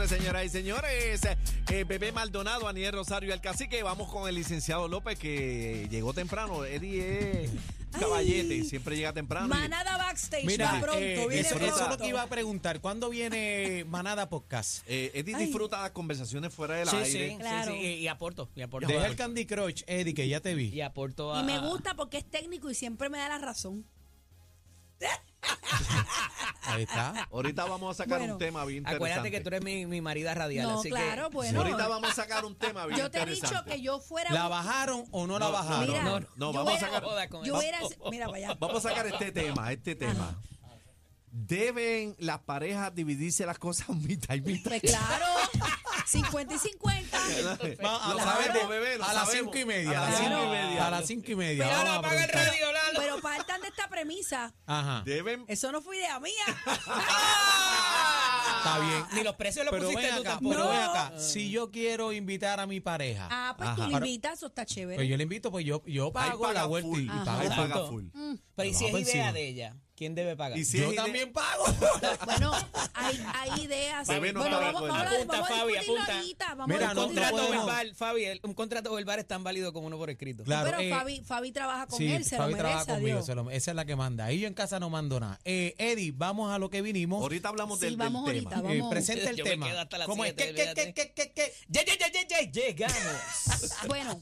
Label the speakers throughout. Speaker 1: Z93, señoras y señores. Eh, Bebé Maldonado, Aniel Rosario y el cacique. Vamos con el licenciado López que llegó temprano. Eddie es caballete, siempre llega temprano. y-
Speaker 2: Manada backstage,
Speaker 3: Mira,
Speaker 2: va pronto,
Speaker 3: eh,
Speaker 2: viene
Speaker 3: eso,
Speaker 2: pronto.
Speaker 3: eso es lo que iba a preguntar. ¿Cuándo viene Manada Podcast?
Speaker 1: eh, Eddie
Speaker 2: Ay.
Speaker 1: disfruta las conversaciones fuera del
Speaker 4: Sí,
Speaker 1: aire.
Speaker 4: sí,
Speaker 2: Claro.
Speaker 4: sí, sí, y, y aporto, y aporto.
Speaker 3: Deja el Candy Crush, Eddie, que ya te
Speaker 4: y
Speaker 3: vi.
Speaker 4: aporto a...
Speaker 2: Y me
Speaker 3: Ah.
Speaker 2: gusta porque es técnico y siempre me da la razón.
Speaker 3: Ahí está.
Speaker 1: Ahorita vamos a sacar
Speaker 2: Bueno.
Speaker 1: un tema bien interesante.
Speaker 4: Acuérdate que tú eres mi, mi marida radial,
Speaker 2: No,
Speaker 4: así
Speaker 2: claro,
Speaker 4: que...
Speaker 2: bueno.
Speaker 1: Ahorita vamos a sacar un tema bien
Speaker 2: Yo te he
Speaker 1: interesante.
Speaker 2: dicho que yo fuera.
Speaker 3: ¿La
Speaker 2: un-
Speaker 3: bajaron o no, la
Speaker 1: No,
Speaker 3: bajaron?
Speaker 2: Mira,
Speaker 1: No, no, no,
Speaker 2: yo
Speaker 1: vamos a
Speaker 2: hubiera-
Speaker 1: sacar-
Speaker 4: Joda con
Speaker 2: Yo
Speaker 4: eso.
Speaker 2: hubiera. Mira, vaya.
Speaker 1: Vamos a sacar este tema, este tema. ¿Deben las parejas dividirse las cosas mitad y mitad?
Speaker 2: Pues claro, 50 y 50.
Speaker 3: Va- a
Speaker 1: Lo
Speaker 3: las-
Speaker 1: sabemos, bebé, lo
Speaker 3: a las
Speaker 1: sabemos.
Speaker 3: cinco y
Speaker 1: A
Speaker 3: media. A
Speaker 1: las
Speaker 3: las
Speaker 2: cinco y
Speaker 3: cinco y
Speaker 1: media.
Speaker 3: media. A las cinco y media.
Speaker 4: Pero
Speaker 3: vamos
Speaker 4: no
Speaker 3: a
Speaker 4: apaga el
Speaker 3: preguntar.
Speaker 4: radio, Lalo.
Speaker 2: Pero faltan de esta premisa.
Speaker 3: Ajá.
Speaker 1: Deben
Speaker 2: Eso no fue idea mía.
Speaker 3: Está bien.
Speaker 4: ah, Ni los precios los
Speaker 3: Pero
Speaker 4: pusiste
Speaker 3: ven
Speaker 4: tú
Speaker 3: acá,
Speaker 4: tampoco.
Speaker 3: pero ven
Speaker 2: No.
Speaker 3: acá. Si yo quiero invitar a mi pareja.
Speaker 2: Ah, pues tú
Speaker 1: Ajá.
Speaker 2: lo invitas, eso está
Speaker 3: Pues
Speaker 2: chévere.
Speaker 3: yo le invito, pues yo, yo
Speaker 1: Ahí
Speaker 3: pago
Speaker 1: paga
Speaker 3: la vuelta.
Speaker 1: full.
Speaker 3: y- y
Speaker 1: Ahí
Speaker 3: pago.
Speaker 1: paga
Speaker 4: Exacto.
Speaker 1: full.
Speaker 4: Pero y si
Speaker 3: Vamos
Speaker 4: es
Speaker 3: encima.
Speaker 4: idea de ella, ¿quién debe pagar?
Speaker 1: Y si
Speaker 3: Yo
Speaker 1: es ide-
Speaker 3: también pago.
Speaker 2: Bueno, hay, hay ideas.
Speaker 1: Bebé no
Speaker 2: bueno,
Speaker 1: está de
Speaker 2: vamos,
Speaker 1: acuerdo.
Speaker 2: vamos, a-
Speaker 4: Apunta,
Speaker 2: vamos a
Speaker 4: Fabi,
Speaker 2: discutirlo
Speaker 4: apunta.
Speaker 2: ahorita. Vamos
Speaker 3: Mira,
Speaker 2: a
Speaker 4: un
Speaker 3: no
Speaker 2: discutirlo
Speaker 4: contrato
Speaker 3: podemos-
Speaker 2: ahorita.
Speaker 4: verbal, Fabi, el- un contrato verbal es tan válido como uno por escrito.
Speaker 3: Claro,
Speaker 2: Pero
Speaker 3: eh,
Speaker 2: Fabi, Fabi trabaja con
Speaker 3: sí,
Speaker 2: él, se
Speaker 3: Fabi
Speaker 2: lo
Speaker 3: trabaja
Speaker 2: merece.
Speaker 3: conmigo,
Speaker 2: adiós.
Speaker 3: se lo- esa es la que manda. Y yo en casa no mando nada. Eh, Eddie, vamos a lo que vinimos.
Speaker 1: Ahorita hablamos
Speaker 2: Sí,
Speaker 1: del, del
Speaker 2: vamos
Speaker 1: tema.
Speaker 2: ahorita,
Speaker 3: Eh,
Speaker 2: vamos.
Speaker 3: presenta el
Speaker 4: Yo me
Speaker 3: tema.
Speaker 4: quedo hasta las
Speaker 3: ¿Cómo es?
Speaker 4: siete,
Speaker 3: ¿Qué, qué,
Speaker 4: olvídate.
Speaker 3: qué, qué, qué, qué?
Speaker 4: ¡Ya, ya, ya, ya, ya! ¡Llegamos!
Speaker 2: Bueno,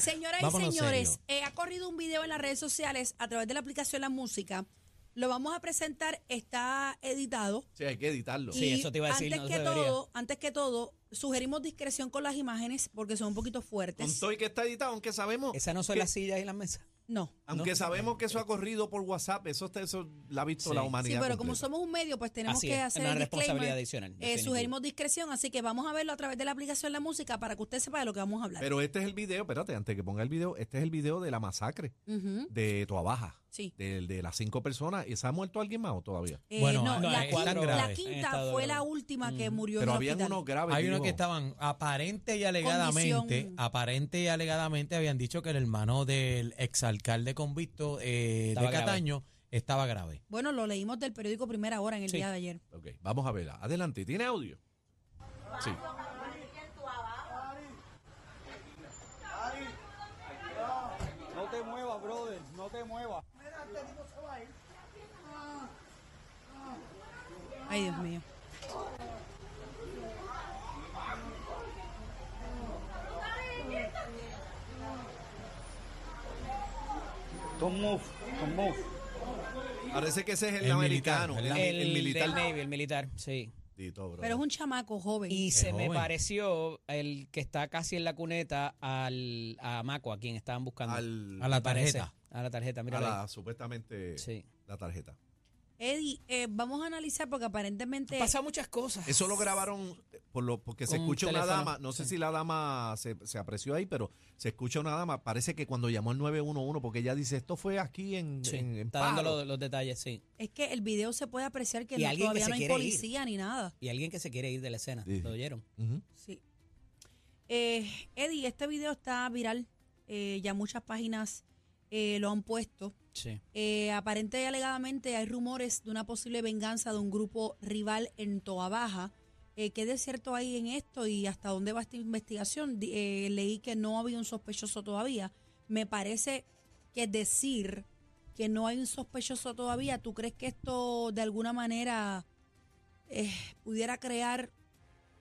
Speaker 2: señoras y
Speaker 3: Vámonos
Speaker 2: señores,
Speaker 3: serio.
Speaker 2: eh, ha corrido un video en las redes sociales a través de la aplicación La Música. Lo vamos a presentar, está editado.
Speaker 1: Sí, hay que editarlo.
Speaker 4: Sí,
Speaker 2: Y
Speaker 4: eso te iba a decir,
Speaker 2: Antes
Speaker 4: no
Speaker 2: que
Speaker 4: se debería.
Speaker 2: todo, antes que todo, sugerimos discreción con las imágenes porque son un poquito
Speaker 1: Con
Speaker 2: fuertes.
Speaker 1: todo y que está editado, aunque sabemos,
Speaker 4: Esas no son las sillas y las mesas.
Speaker 2: No.
Speaker 1: aunque sabemos que eso ha corrido por WhatsApp, eso está, eso la ha visto
Speaker 4: Sí.
Speaker 1: la
Speaker 4: Sí,
Speaker 1: humanidad.
Speaker 2: Sí, pero como
Speaker 1: completa.
Speaker 2: somos un medio, pues tenemos
Speaker 4: Así
Speaker 2: que
Speaker 4: es, es
Speaker 2: hacer
Speaker 4: una
Speaker 2: el
Speaker 4: responsabilidad
Speaker 2: disclaimer.
Speaker 4: adicional,
Speaker 2: Eh,
Speaker 4: definitivo.
Speaker 2: sugerimos discreción, así que vamos a verlo a través de la aplicación La Música para que usted sepa de lo que vamos a hablar.
Speaker 1: Pero este es el video, espérate, antes que ponga el video, este es el video de la masacre
Speaker 2: Ujú,
Speaker 1: de Tuabaja,
Speaker 2: Sí.
Speaker 1: de, de las cinco personas. ¿Y se ha muerto alguien más o todavía?
Speaker 2: Eh,
Speaker 3: Bueno,
Speaker 2: no,
Speaker 3: no,
Speaker 2: la,
Speaker 3: es
Speaker 2: quin-
Speaker 3: tan
Speaker 2: la
Speaker 3: grave.
Speaker 4: En Mm.
Speaker 2: quinta
Speaker 4: estado
Speaker 2: fue la
Speaker 4: grave.
Speaker 2: última que murió
Speaker 1: Pero
Speaker 2: en el
Speaker 1: habían
Speaker 2: hospital.
Speaker 1: unos graves.
Speaker 3: Hay unos
Speaker 1: digo,
Speaker 3: que estaban aparente y alegadamente,
Speaker 2: Condición.
Speaker 3: aparente y alegadamente habían dicho que el hermano del exalcalde convicto eh, de
Speaker 4: Estaba grave.
Speaker 3: Cataño estaba grave.
Speaker 2: Bueno, lo leímos del periódico Primera Hora en el
Speaker 4: Sí.
Speaker 2: día de ayer.
Speaker 1: Ok, vamos a verla. Adelante, ¿tiene audio? Sí.
Speaker 5: No te muevas, brother, no te muevas.
Speaker 2: Ay, Dios mío.
Speaker 5: Don't move, don't move.
Speaker 1: Parece que ese es el,
Speaker 3: El militar,
Speaker 1: americano,
Speaker 3: ¿verdad?
Speaker 1: el, el militar.
Speaker 4: del Navy, el militar, sí.
Speaker 1: Dito, bro.
Speaker 2: Pero es un chamaco joven.
Speaker 4: Y se me
Speaker 3: joven.
Speaker 4: pareció el que está casi en la cuneta al, a Maco, a quien estaban buscando.
Speaker 1: Al-
Speaker 3: A la
Speaker 4: Me parece.
Speaker 3: tarjeta.
Speaker 4: A la tarjeta,
Speaker 1: a
Speaker 4: mira.
Speaker 1: la, supuestamente
Speaker 4: Sí.
Speaker 1: la tarjeta.
Speaker 2: Eddie, eh, vamos a analizar porque aparentemente
Speaker 4: Pasa muchas cosas.
Speaker 1: Eso lo grabaron por lo, porque se
Speaker 4: Con un
Speaker 1: escucha una
Speaker 4: teléfono,
Speaker 1: dama. No sé
Speaker 4: sí.
Speaker 1: si la dama se, se apreció ahí, pero se escucha una dama. Parece que cuando llamó al 911, porque ella dice, esto fue aquí en,
Speaker 4: Sí,
Speaker 1: en, en
Speaker 4: está dando
Speaker 1: Palo".
Speaker 4: los, los detalles, sí.
Speaker 2: es que el video se puede apreciar que
Speaker 4: Y
Speaker 2: no-
Speaker 4: alguien que
Speaker 2: todavía
Speaker 4: se
Speaker 2: no hay
Speaker 4: quiere ir.
Speaker 2: policía ni nada.
Speaker 4: Y alguien que se quiere ir de la escena,
Speaker 1: Sí.
Speaker 4: ¿lo oyeron?
Speaker 1: Ujú.
Speaker 2: Sí. Eh, Eddie, este video está viral. eh, ya muchas páginas eh, lo han puesto.
Speaker 4: Sí.
Speaker 2: Eh, aparente y alegadamente hay rumores de una posible venganza de un grupo rival en Toa Baja. Eh, ¿Qué de cierto hay en esto y hasta dónde va esta investigación? Di- eh, leí que no había un sospechoso todavía. Me parece que decir que no hay un sospechoso todavía, ¿tú crees que esto de alguna manera eh, pudiera crear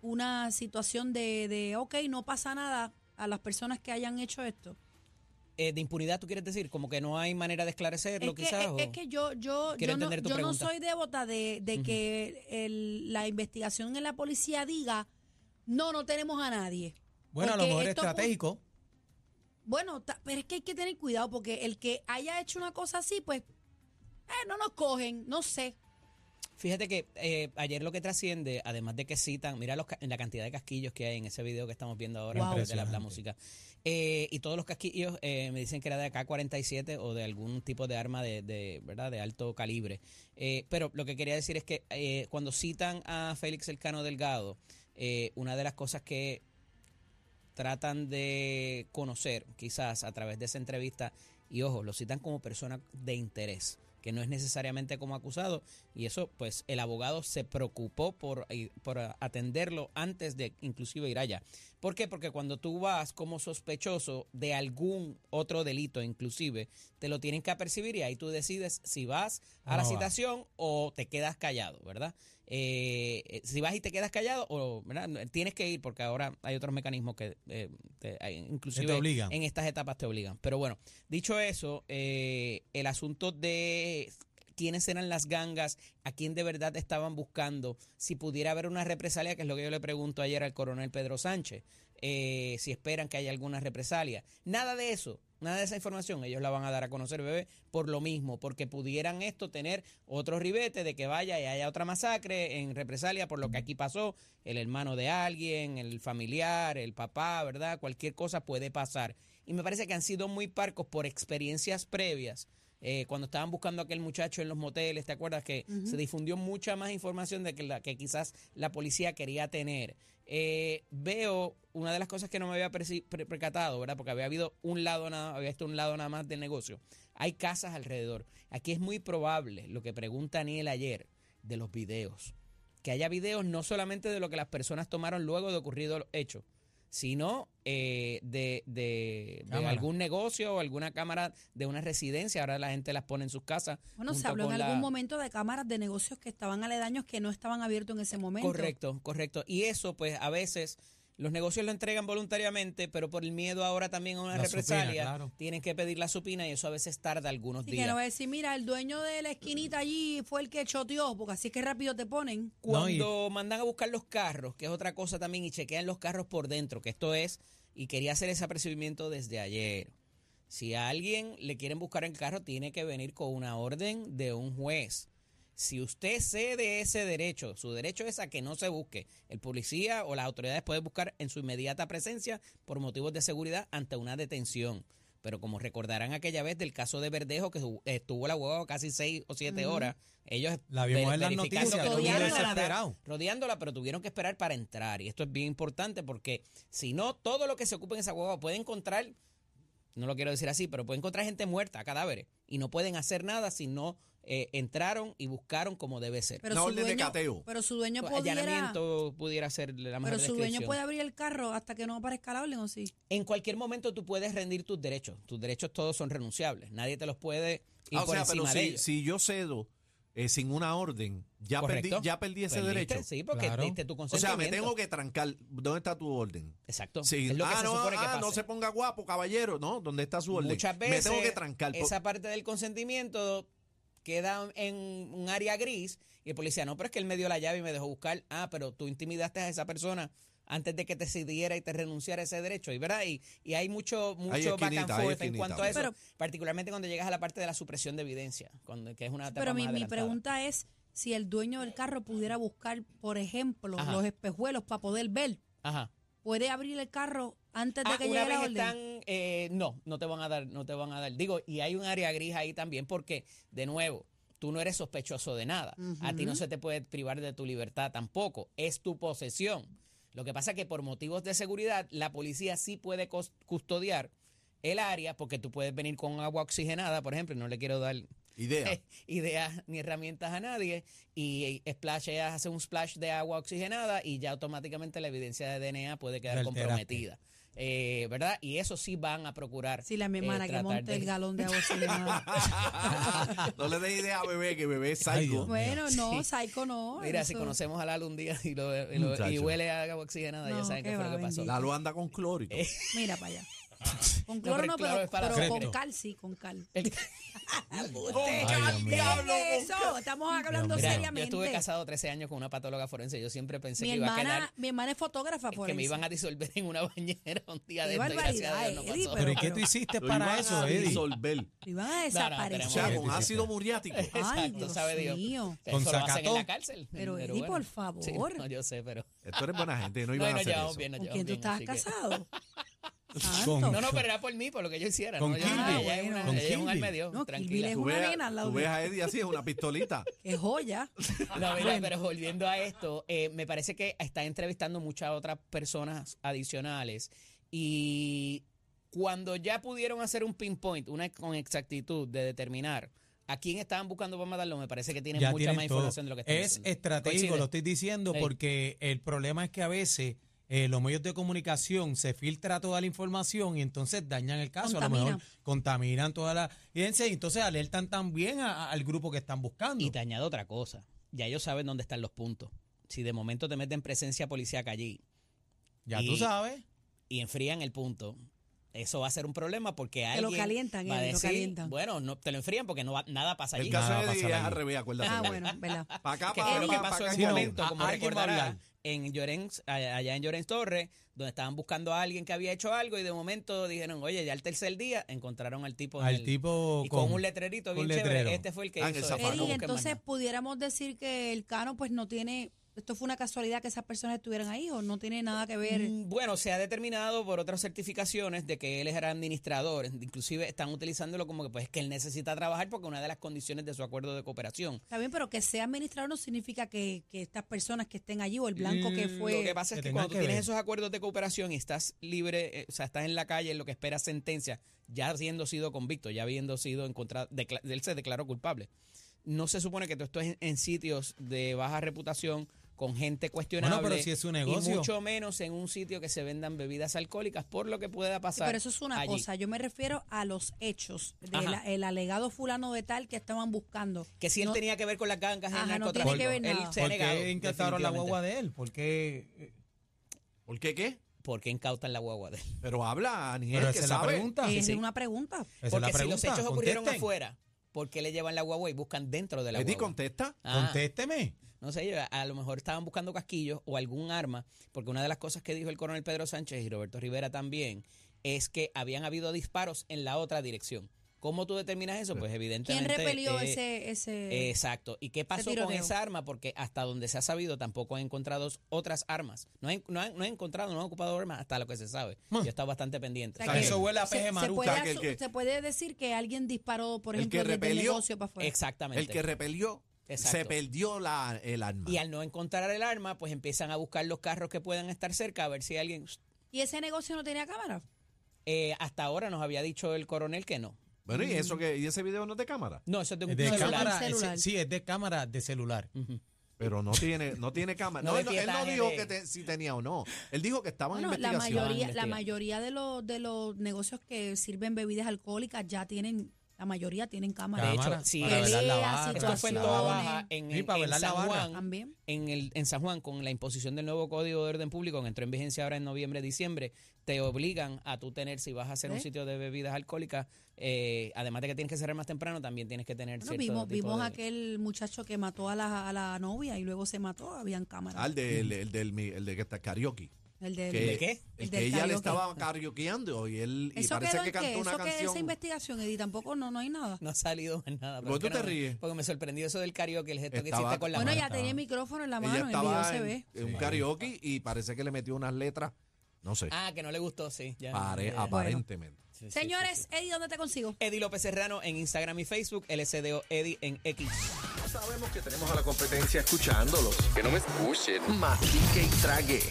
Speaker 2: una situación de, de, ok, no pasa nada a las personas que hayan hecho esto?
Speaker 4: Eh, de impunidad, ¿tú quieres decir? Como que no hay manera de esclarecerlo,
Speaker 2: es que,
Speaker 4: quizás.
Speaker 2: es-
Speaker 4: o-
Speaker 2: es que yo, yo,
Speaker 4: Quiero
Speaker 2: yo, no,
Speaker 4: entender tu
Speaker 2: yo no
Speaker 4: pregunta.
Speaker 2: soy devota de, de que el- la investigación en la policía diga, no, no tenemos a nadie.
Speaker 3: Bueno, a
Speaker 2: Porque
Speaker 3: lo mejor es
Speaker 2: esto pu-
Speaker 3: estratégico.
Speaker 2: Bueno, ta- pero es que hay que tener cuidado porque el que haya hecho una cosa así, pues, eh, no nos cogen, no sé.
Speaker 4: Fíjate que eh, ayer lo que trasciende, además de que citan, mira los, ca- la cantidad de casquillos que hay en ese video que estamos viendo ahora
Speaker 2: Wow.
Speaker 4: de la, la
Speaker 3: Impresionante.
Speaker 4: música. Eh, y todos los casquillos eh, me dicen que era de AK-47 o de algún tipo de arma de, de, ¿verdad? de alto calibre. Eh, pero lo que quería decir es que eh, cuando citan a Félix Elcano Delgado, eh, una de las cosas que tratan de conocer, quizás a través de esa entrevista, y ojo, lo citan como persona de interés, que no es necesariamente como acusado, y eso, pues, el abogado se preocupó por, eh, por atenderlo antes de inclusive ir allá. ¿Por qué? Porque cuando tú vas como sospechoso de algún otro delito, inclusive, te lo tienen que apercibir y ahí tú decides si vas a la
Speaker 3: No va.
Speaker 4: citación o te quedas callado, ¿verdad? Eh, eh, si vas y te quedas callado, o ¿verdad? No, tienes que ir porque ahora hay otros mecanismos que eh, te- hay- inclusive
Speaker 3: obligan.
Speaker 4: en estas etapas te obligan. Pero bueno, dicho eso, eh, el asunto de quiénes eran las gangas, a quién de verdad estaban buscando, si pudiera haber una represalia, que es lo que yo le pregunto ayer al coronel Pedro Sánchez, eh, si esperan que haya alguna represalia. Nada de eso, nada de esa información, ellos la van a dar a conocer, bebé, por lo mismo, porque pudieran esto tener otro ribete de que vaya y haya otra masacre en represalia por lo que aquí pasó, el hermano de alguien, el familiar, el papá, ¿verdad? Cualquier cosa puede pasar. Y me parece que han sido muy parcos por experiencias previas. Eh, cuando estaban buscando a aquel muchacho en los moteles, ¿te acuerdas que
Speaker 2: Ujú.
Speaker 4: se difundió mucha más información de que la que quizás la policía quería tener? Eh, veo una de las cosas que no me había perci- pre- percatado, ¿verdad? Porque había habido un lado nada, había visto un lado nada más del negocio. Hay casas alrededor. Aquí es muy probable lo que pregunta Aniel ayer de los videos. Que haya videos no solamente de lo que las personas tomaron luego de ocurrido el hecho, sino eh, de, de- de
Speaker 3: Cámara.
Speaker 4: algún negocio o alguna cámara de una residencia. Ahora la gente las pone en sus casas.
Speaker 2: Bueno, se
Speaker 4: junto
Speaker 2: habló en
Speaker 4: con la-
Speaker 2: algún momento de cámaras de negocios que estaban aledaños que no estaban abiertos en ese momento.
Speaker 4: Correcto, correcto. Y eso, pues a veces los negocios lo entregan voluntariamente, pero por el miedo ahora también a una
Speaker 3: La supina,
Speaker 4: represalia,
Speaker 3: claro.
Speaker 4: tienen que pedir la supina y eso a veces tarda algunos
Speaker 2: Así que
Speaker 4: días.
Speaker 2: no va a decir, mira, el dueño de la esquinita allí fue el que choteó, porque así es que rápido te ponen.
Speaker 3: No, y-
Speaker 4: Cuando mandan a buscar los carros, que es otra cosa también, y chequean los carros por dentro, que esto es, y quería hacer ese apercibimiento desde ayer. Si a alguien le quieren buscar el carro, tiene que venir con una orden de un juez. Si usted cede ese derecho, su derecho es a que no se busque. El policía o las autoridades pueden buscar en su inmediata presencia por motivos de seguridad ante una detención. Pero como recordarán aquella vez del caso de Verdejo, que su- estuvo la hueva casi seis o siete
Speaker 2: Ujú.
Speaker 4: horas, ellos
Speaker 3: La vimos
Speaker 4: ver-
Speaker 3: en las
Speaker 4: verificando
Speaker 3: noticias.
Speaker 4: que no
Speaker 3: todo
Speaker 4: hubiera
Speaker 2: Rodeándola.
Speaker 4: desesperado. rodeándola, pero tuvieron que esperar para entrar. Y esto es bien importante porque si no, todo lo que se ocupe en esa guagua puede encontrar, no lo quiero decir así, pero puede encontrar gente muerta, cadáveres. Y no pueden hacer nada si no eh, entraron y buscaron como debe ser.
Speaker 2: Pero
Speaker 1: Una
Speaker 2: su
Speaker 1: orden de
Speaker 2: dueño-
Speaker 1: cateo.
Speaker 2: Pero su dueño pudiera,
Speaker 4: Allanamiento pudiera ser la mejor
Speaker 2: pero su dueño
Speaker 4: descripción.
Speaker 2: puede abrir el carro hasta que no aparezca la orden, ¿o sí?
Speaker 4: En cualquier momento tú puedes rendir tus derechos. Tus derechos todos son renunciables. Nadie te los puede ir
Speaker 1: Ah, o
Speaker 4: por
Speaker 1: sea, pero
Speaker 4: encima de
Speaker 1: si,
Speaker 4: ellos.
Speaker 1: si yo cedo eh, sin una orden, ya, perdí,
Speaker 4: Correcto.
Speaker 1: ya perdí ese
Speaker 4: Perdiste,
Speaker 1: derecho.
Speaker 4: Sí, porque
Speaker 3: Claro.
Speaker 4: diste tu
Speaker 1: O sea, me
Speaker 4: consentimiento.
Speaker 1: tengo que trancar. ¿Dónde está tu orden?
Speaker 4: Exacto.
Speaker 1: Sí.
Speaker 4: Es lo que
Speaker 1: ah,
Speaker 4: se
Speaker 1: no,
Speaker 4: supone que
Speaker 1: ah, no
Speaker 4: pase.
Speaker 1: se ponga guapo, caballero. No, ¿dónde está su orden?
Speaker 4: Muchas
Speaker 1: me
Speaker 4: veces
Speaker 1: tengo que trancar. por-
Speaker 4: esa parte del consentimiento queda en un área gris y el policía, no, pero es que él me dio la llave y me dejó buscar. Ah, pero tú intimidaste a esa persona antes de que te cediera y te renunciara a ese derecho. Y verdad, y, y hay mucho, mucho back and
Speaker 1: esquinita, hay
Speaker 4: forth en
Speaker 1: esquinita.
Speaker 4: cuanto a eso,
Speaker 2: Pero-
Speaker 4: particularmente cuando llegas a la parte de la supresión de evidencia, cuando, que es una etapa
Speaker 2: Pero mi,
Speaker 4: más
Speaker 2: mi
Speaker 4: adelantada.
Speaker 2: pregunta es si el dueño del carro pudiera buscar, por ejemplo,
Speaker 4: Ajá.
Speaker 2: los espejuelos para poder ver.
Speaker 4: Ajá.
Speaker 2: ¿Puede abrir el carro antes de
Speaker 4: Ah,
Speaker 2: que
Speaker 4: una
Speaker 2: llegue
Speaker 4: vez
Speaker 2: la orden?
Speaker 4: están, eh, no, no te van a dar, no te van a dar. Digo, y hay un área gris ahí también porque, de nuevo, tú no eres sospechoso de nada. A ti no
Speaker 2: Ujú.
Speaker 4: se te puede privar de tu libertad tampoco. Es tu posesión. Lo que pasa es que por motivos de seguridad, la policía sí puede cos- custodiar el área porque tú puedes venir con agua oxigenada, por ejemplo, y no le quiero dar
Speaker 1: Idea.
Speaker 4: ideas ni herramientas a nadie y splasheas, hace un splash de agua oxigenada y ya automáticamente la evidencia de DNA puede quedar
Speaker 3: La alteraste.
Speaker 4: comprometida. Eh, ¿Verdad? Y eso sí van a procurar.
Speaker 2: Sí, la mi
Speaker 4: eh,
Speaker 2: hermana que
Speaker 4: tratar
Speaker 2: monte
Speaker 4: de-
Speaker 2: el galón de agua oxigenada.
Speaker 1: no le des idea a bebé, que bebé es
Speaker 3: Ay,
Speaker 1: algo.
Speaker 3: Dios.
Speaker 2: Bueno, no,
Speaker 4: Sí.
Speaker 2: Psycho no.
Speaker 4: Mira, si
Speaker 2: eso-
Speaker 4: conocemos a Lalo un día y, lo- y lo- y
Speaker 1: Muchacho.
Speaker 4: huele a agua oxigenada,
Speaker 2: No,
Speaker 4: ya saben qué
Speaker 2: qué
Speaker 4: fue
Speaker 2: va,
Speaker 4: lo que pasó.
Speaker 2: bendito.
Speaker 1: La lo anda con cloro y todo.
Speaker 2: Mira para allá. Con
Speaker 4: pero
Speaker 2: cloro
Speaker 4: el
Speaker 2: no,
Speaker 4: cloro
Speaker 2: pero,
Speaker 4: es para
Speaker 2: pero con
Speaker 3: secreto.
Speaker 2: cal sí, con cal.
Speaker 4: El-
Speaker 3: Ay, Dios mío.
Speaker 2: Déjame eso, estamos hablando
Speaker 3: Mira, yo
Speaker 4: Mira, yo
Speaker 2: seriamente.
Speaker 4: estuve casado 13 años con una patóloga forense. Yo siempre pensé
Speaker 2: mi
Speaker 4: que iba a
Speaker 2: hermana,
Speaker 4: quedar.
Speaker 2: mi hermana es fotógrafa por
Speaker 4: Que me
Speaker 2: eso.
Speaker 4: iban a disolver en una bañera un día
Speaker 2: Qué
Speaker 4: de esto. y Gracias a
Speaker 2: barbaridad,
Speaker 4: Dios no
Speaker 2: Eddie,
Speaker 4: pasó.
Speaker 3: Pero ¿y qué
Speaker 2: Pero-
Speaker 3: tú hiciste
Speaker 4: Este
Speaker 1: Lo
Speaker 3: para
Speaker 1: iban
Speaker 3: eso,
Speaker 1: a
Speaker 3: Eddie?
Speaker 1: disolver.
Speaker 2: Me iban a
Speaker 1: O
Speaker 4: tenemos-
Speaker 2: desaparecer.
Speaker 1: sea,
Speaker 3: Sí,
Speaker 1: con
Speaker 3: sí, sí.
Speaker 1: ácido muriático.
Speaker 2: Ay,
Speaker 4: Exacto,
Speaker 2: Dios
Speaker 4: sabe Dios.
Speaker 2: mío.
Speaker 4: Eso
Speaker 3: Con
Speaker 4: lo hacen en
Speaker 3: sacatón.
Speaker 4: la cárcel.
Speaker 2: Pero, Eddie, por favor.
Speaker 4: Sí, no, yo sé, pero.
Speaker 1: Esto eres buena gente, no
Speaker 4: No,
Speaker 1: iban
Speaker 4: y
Speaker 1: a
Speaker 4: nos
Speaker 1: hacer
Speaker 4: llevamos
Speaker 1: eso.
Speaker 4: bien, nos
Speaker 2: ¿Con
Speaker 4: llevamos
Speaker 2: quién tú estabas
Speaker 4: bien, así que-
Speaker 2: casado?
Speaker 3: Con-
Speaker 2: Santo.
Speaker 4: No, no, pero era por mí, por lo que yo hiciera.
Speaker 3: Con
Speaker 4: ¿no? Yo-
Speaker 3: Kirby.
Speaker 4: ella es una-
Speaker 3: Con
Speaker 4: ella es un
Speaker 3: Kirby.
Speaker 4: alma de Dios,
Speaker 2: No, Kirby
Speaker 4: tranquila.
Speaker 2: es
Speaker 1: Tú
Speaker 2: una
Speaker 1: ves,
Speaker 2: nena al
Speaker 1: a,
Speaker 2: lado
Speaker 1: tú
Speaker 2: de-
Speaker 1: ves a Eddie así, es una pistolita.
Speaker 2: Qué joya.
Speaker 4: No, mira, pero volviendo a esto, eh, me parece que está entrevistando muchas otras personas adicionales y cuando ya pudieron hacer un pinpoint, una con exactitud de determinar a quién estaban buscando para matarlo, me parece que tienen
Speaker 3: Ya
Speaker 4: mucha
Speaker 3: tienen
Speaker 4: más
Speaker 3: todo.
Speaker 4: información de lo que están
Speaker 3: Es
Speaker 4: diciendo.
Speaker 3: estratégico,
Speaker 4: Coincide.
Speaker 3: lo estoy diciendo,
Speaker 4: Sí.
Speaker 3: porque el problema es que a veces eh, los medios de comunicación se filtra toda la información y entonces dañan el caso. A lo
Speaker 2: Contaminan.
Speaker 3: mejor contaminan toda la evidencia y entonces alertan también a- a- al grupo que están buscando.
Speaker 4: Y te añado otra cosa, ya ellos saben dónde están los puntos. Si de momento te meten presencia policíaca allí
Speaker 3: ya
Speaker 4: y-
Speaker 3: tú sabes.
Speaker 4: y enfrían el punto, eso va a ser un problema porque
Speaker 2: Que
Speaker 4: alguien
Speaker 2: lo calientan,
Speaker 4: va a
Speaker 2: Eddie, lo
Speaker 4: decir,
Speaker 2: calientan.
Speaker 4: bueno, no, te lo enfrían porque no va- nada pasa allí.
Speaker 1: El caso
Speaker 3: Nada
Speaker 1: de Eddie
Speaker 3: pasa
Speaker 1: es
Speaker 3: ahí.
Speaker 1: al revés, acuérdate.
Speaker 2: Ah, bueno, ¿verdad?
Speaker 1: Para acá,
Speaker 4: que
Speaker 1: para
Speaker 4: fue
Speaker 1: acá,
Speaker 4: lo que pasó
Speaker 1: para
Speaker 4: en
Speaker 1: acá.
Speaker 4: un
Speaker 3: Sí, no,
Speaker 4: momento,
Speaker 3: a-
Speaker 4: como
Speaker 3: alguien va a
Speaker 4: recordará,
Speaker 3: hablar.
Speaker 4: en Llorens, a- allá en Llorens Torres, donde estaban buscando a alguien que había hecho algo y de momento dijeron, oye, ya el tercer día encontraron al tipo. en
Speaker 3: Al
Speaker 4: el-
Speaker 3: tipo
Speaker 4: y con,
Speaker 3: con-
Speaker 4: un letrerito
Speaker 3: con
Speaker 4: bien chévere.
Speaker 3: letrero.
Speaker 4: Este fue el que
Speaker 1: Ah, en
Speaker 4: hizo
Speaker 1: el
Speaker 4: esto,
Speaker 1: zapato.
Speaker 4: no
Speaker 2: Eddie,
Speaker 1: Vamos,
Speaker 4: busquen más
Speaker 2: entonces
Speaker 4: nada.
Speaker 2: pudiéramos decir que el Cano pues no tiene, esto fue una casualidad que esas personas estuvieran ahí o no tiene nada que ver.
Speaker 4: Mm, Bueno, se ha determinado por otras certificaciones de que él era administrador. Inclusive están utilizándolo como que pues que él necesita trabajar porque una de las condiciones de su acuerdo de cooperación
Speaker 2: Está bien, pero que sea administrador no significa que, que estas personas que estén allí o el blanco que fue.
Speaker 4: Mm, Lo que pasa es
Speaker 3: que
Speaker 4: que,
Speaker 3: tenga
Speaker 4: cuando tú
Speaker 3: que
Speaker 4: tienes
Speaker 3: ver.
Speaker 4: esos acuerdos de cooperación y estás libre, eh, o sea, estás en la calle en lo que espera sentencia, ya habiendo sido convicto, ya habiendo sido encontrado, decla- él se declaró culpable. No se supone que tú estés en, en sitios de baja reputación con gente cuestionable.
Speaker 3: Bueno, pero si es su
Speaker 4: Y
Speaker 3: negocio.
Speaker 4: mucho menos en un sitio que se vendan bebidas alcohólicas, por lo que pueda
Speaker 2: Sí,
Speaker 4: pasar.
Speaker 2: pero eso es una
Speaker 4: allí.
Speaker 2: cosa. Yo me refiero a los hechos
Speaker 4: Ajá.
Speaker 2: del el alegado fulano de tal que estaban buscando.
Speaker 4: Que si él
Speaker 2: No-
Speaker 4: tenía que ver con las gangas en
Speaker 2: Ajá,
Speaker 4: el
Speaker 2: no tiene
Speaker 4: narcotráfico.
Speaker 2: que ver nada.
Speaker 4: Él se ha
Speaker 3: ¿Por
Speaker 4: negado.
Speaker 3: qué incautaron la
Speaker 4: definitivamente.
Speaker 3: guagua de él? ¿Por qué?
Speaker 1: ¿Por qué qué?
Speaker 4: ¿Por qué incautan la guagua de él?
Speaker 1: Pero habla, Aniel,
Speaker 3: Pero
Speaker 1: que
Speaker 3: esa es la
Speaker 1: sabe.
Speaker 3: pregunta.
Speaker 2: es
Speaker 4: Ah, sí.
Speaker 2: una pregunta.
Speaker 3: Esa es
Speaker 4: Porque
Speaker 3: la
Speaker 4: si los
Speaker 3: pregunta.
Speaker 4: hechos ocurrieron
Speaker 3: Contesten.
Speaker 4: afuera, ¿por qué le llevan la guagua y buscan dentro de la
Speaker 1: Eddie
Speaker 4: guagua?
Speaker 1: contesta.
Speaker 4: Ah,
Speaker 3: Contésteme.
Speaker 4: no sé, a, a lo mejor estaban buscando casquillos o algún arma, porque una de las cosas que dijo el coronel Pedro Sánchez y Roberto Rivera también es que habían habido disparos en la otra dirección. ¿Cómo tú determinas eso? Pues
Speaker 2: ¿Quién
Speaker 4: evidentemente.
Speaker 2: repelió
Speaker 4: eh,
Speaker 2: ese, ese
Speaker 4: Exacto. ¿Y qué pasó con
Speaker 2: tiroteo.
Speaker 4: esa arma? Porque hasta donde se ha sabido tampoco han encontrado otras armas. No han, no han- no han encontrado, no han ocupado armas hasta lo que se sabe. Yo he estado bastante pendiente.
Speaker 2: O
Speaker 1: sea, que-
Speaker 3: Eso huele a
Speaker 2: se-
Speaker 3: peje
Speaker 2: se,
Speaker 3: maruca.
Speaker 2: puede
Speaker 1: O sea, que el
Speaker 2: asu-
Speaker 1: que-
Speaker 2: se puede decir que alguien disparó, por
Speaker 1: El
Speaker 2: ejemplo,
Speaker 1: que
Speaker 2: desde el
Speaker 1: repelió,
Speaker 2: negocio para afuera.
Speaker 4: Exactamente.
Speaker 1: El que repelió
Speaker 4: Exacto.
Speaker 1: se perdió la, el arma.
Speaker 4: y al no encontrar el arma, pues empiezan a buscar los carros que puedan estar cerca a ver si alguien
Speaker 2: ¿Y ese negocio no tenía cámara?
Speaker 4: Eh, hasta ahora nos había dicho el coronel que no.
Speaker 1: Bueno, ¿y eso que y ese video no es de cámara?
Speaker 4: No, eso es de un
Speaker 3: Es Eh, de
Speaker 2: celular.
Speaker 3: cámara,
Speaker 2: Un
Speaker 3: es-
Speaker 2: celular.
Speaker 3: sí, es de cámara de celular.
Speaker 1: Pero no tiene, no tiene cámara.
Speaker 4: No
Speaker 1: No,
Speaker 4: de
Speaker 1: él, no- él no
Speaker 4: pietaje
Speaker 1: dijo
Speaker 4: de-
Speaker 1: que te- si tenía o no. Él dijo que estaba en
Speaker 2: Bueno, la
Speaker 1: investigación.
Speaker 2: mayoría, la
Speaker 4: investigación.
Speaker 2: mayoría de los de los negocios que sirven bebidas alcohólicas ya tienen, la mayoría tienen cámara.
Speaker 4: De
Speaker 3: Cámara,
Speaker 4: hecho, sí.
Speaker 3: para velar la
Speaker 2: Peleas,
Speaker 3: barra,
Speaker 4: Esto fue en
Speaker 2: situaciones.
Speaker 4: Toa Baja, en,
Speaker 3: Sí,
Speaker 4: en-
Speaker 3: para
Speaker 4: en
Speaker 3: velar la
Speaker 4: San
Speaker 3: barra.
Speaker 4: Juan.
Speaker 2: También.
Speaker 4: En, el, en San Juan, con la imposición del nuevo Código de Orden Público, que entró en vigencia ahora en noviembre, diciembre, te obligan a tú tener, si vas a hacer un
Speaker 2: ¿Eh?
Speaker 4: sitio de bebidas alcohólicas, eh, además de que tienes que cerrar más temprano, también tienes que tener
Speaker 2: Bueno,
Speaker 4: cierto
Speaker 2: vimos,
Speaker 4: tipo
Speaker 2: vimos
Speaker 4: de-
Speaker 2: aquel muchacho que mató a la, a la novia y luego se mató, habían cámaras.
Speaker 1: Ah, el del, el del, el de que está karaoke.
Speaker 2: el de,
Speaker 1: Que-
Speaker 3: Eh,
Speaker 4: ¿De qué?
Speaker 1: El
Speaker 2: El
Speaker 1: que
Speaker 2: del
Speaker 1: ella le
Speaker 2: karaoke.
Speaker 1: estaba karaokeando y él y
Speaker 2: eso
Speaker 1: parece
Speaker 2: quedó
Speaker 1: que
Speaker 2: en
Speaker 1: cantó
Speaker 2: qué?
Speaker 1: una
Speaker 2: eso que
Speaker 1: canción.
Speaker 2: esa investigación, Eddie, tampoco no, no hay nada.
Speaker 4: No ha salido más nada. pero
Speaker 1: ¿Por qué
Speaker 4: es
Speaker 1: tú te
Speaker 4: que no-
Speaker 1: ríes?
Speaker 4: Porque me sorprendió eso del karaoke, el gesto
Speaker 1: Estaba-
Speaker 4: que hiciste con la
Speaker 2: bueno,
Speaker 4: mano.
Speaker 2: ya tenía el micrófono en la
Speaker 1: ella
Speaker 2: mano, el video
Speaker 1: estaba
Speaker 2: se
Speaker 1: en,
Speaker 2: ve.
Speaker 1: en un karaoke y parece que le metió unas letras, no sé,
Speaker 4: Ah, que no le gustó, sí. ya.
Speaker 1: pare-
Speaker 4: Ya, ya.
Speaker 1: aparentemente.
Speaker 4: Sí, sí, sí,
Speaker 2: Señores, Eddie, ¿dónde te consigo?
Speaker 4: Eddie López Serrano en Instagram y Facebook, LSDO Eddie en X.
Speaker 6: Sabemos que tenemos a la competencia escuchándolos. Que no me escuchen. Mastique y trague.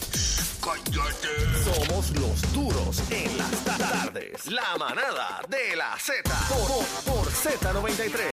Speaker 6: Cállate. Somos los duros en las ta- tardes. La manada de la Z. Por, por- por Z93.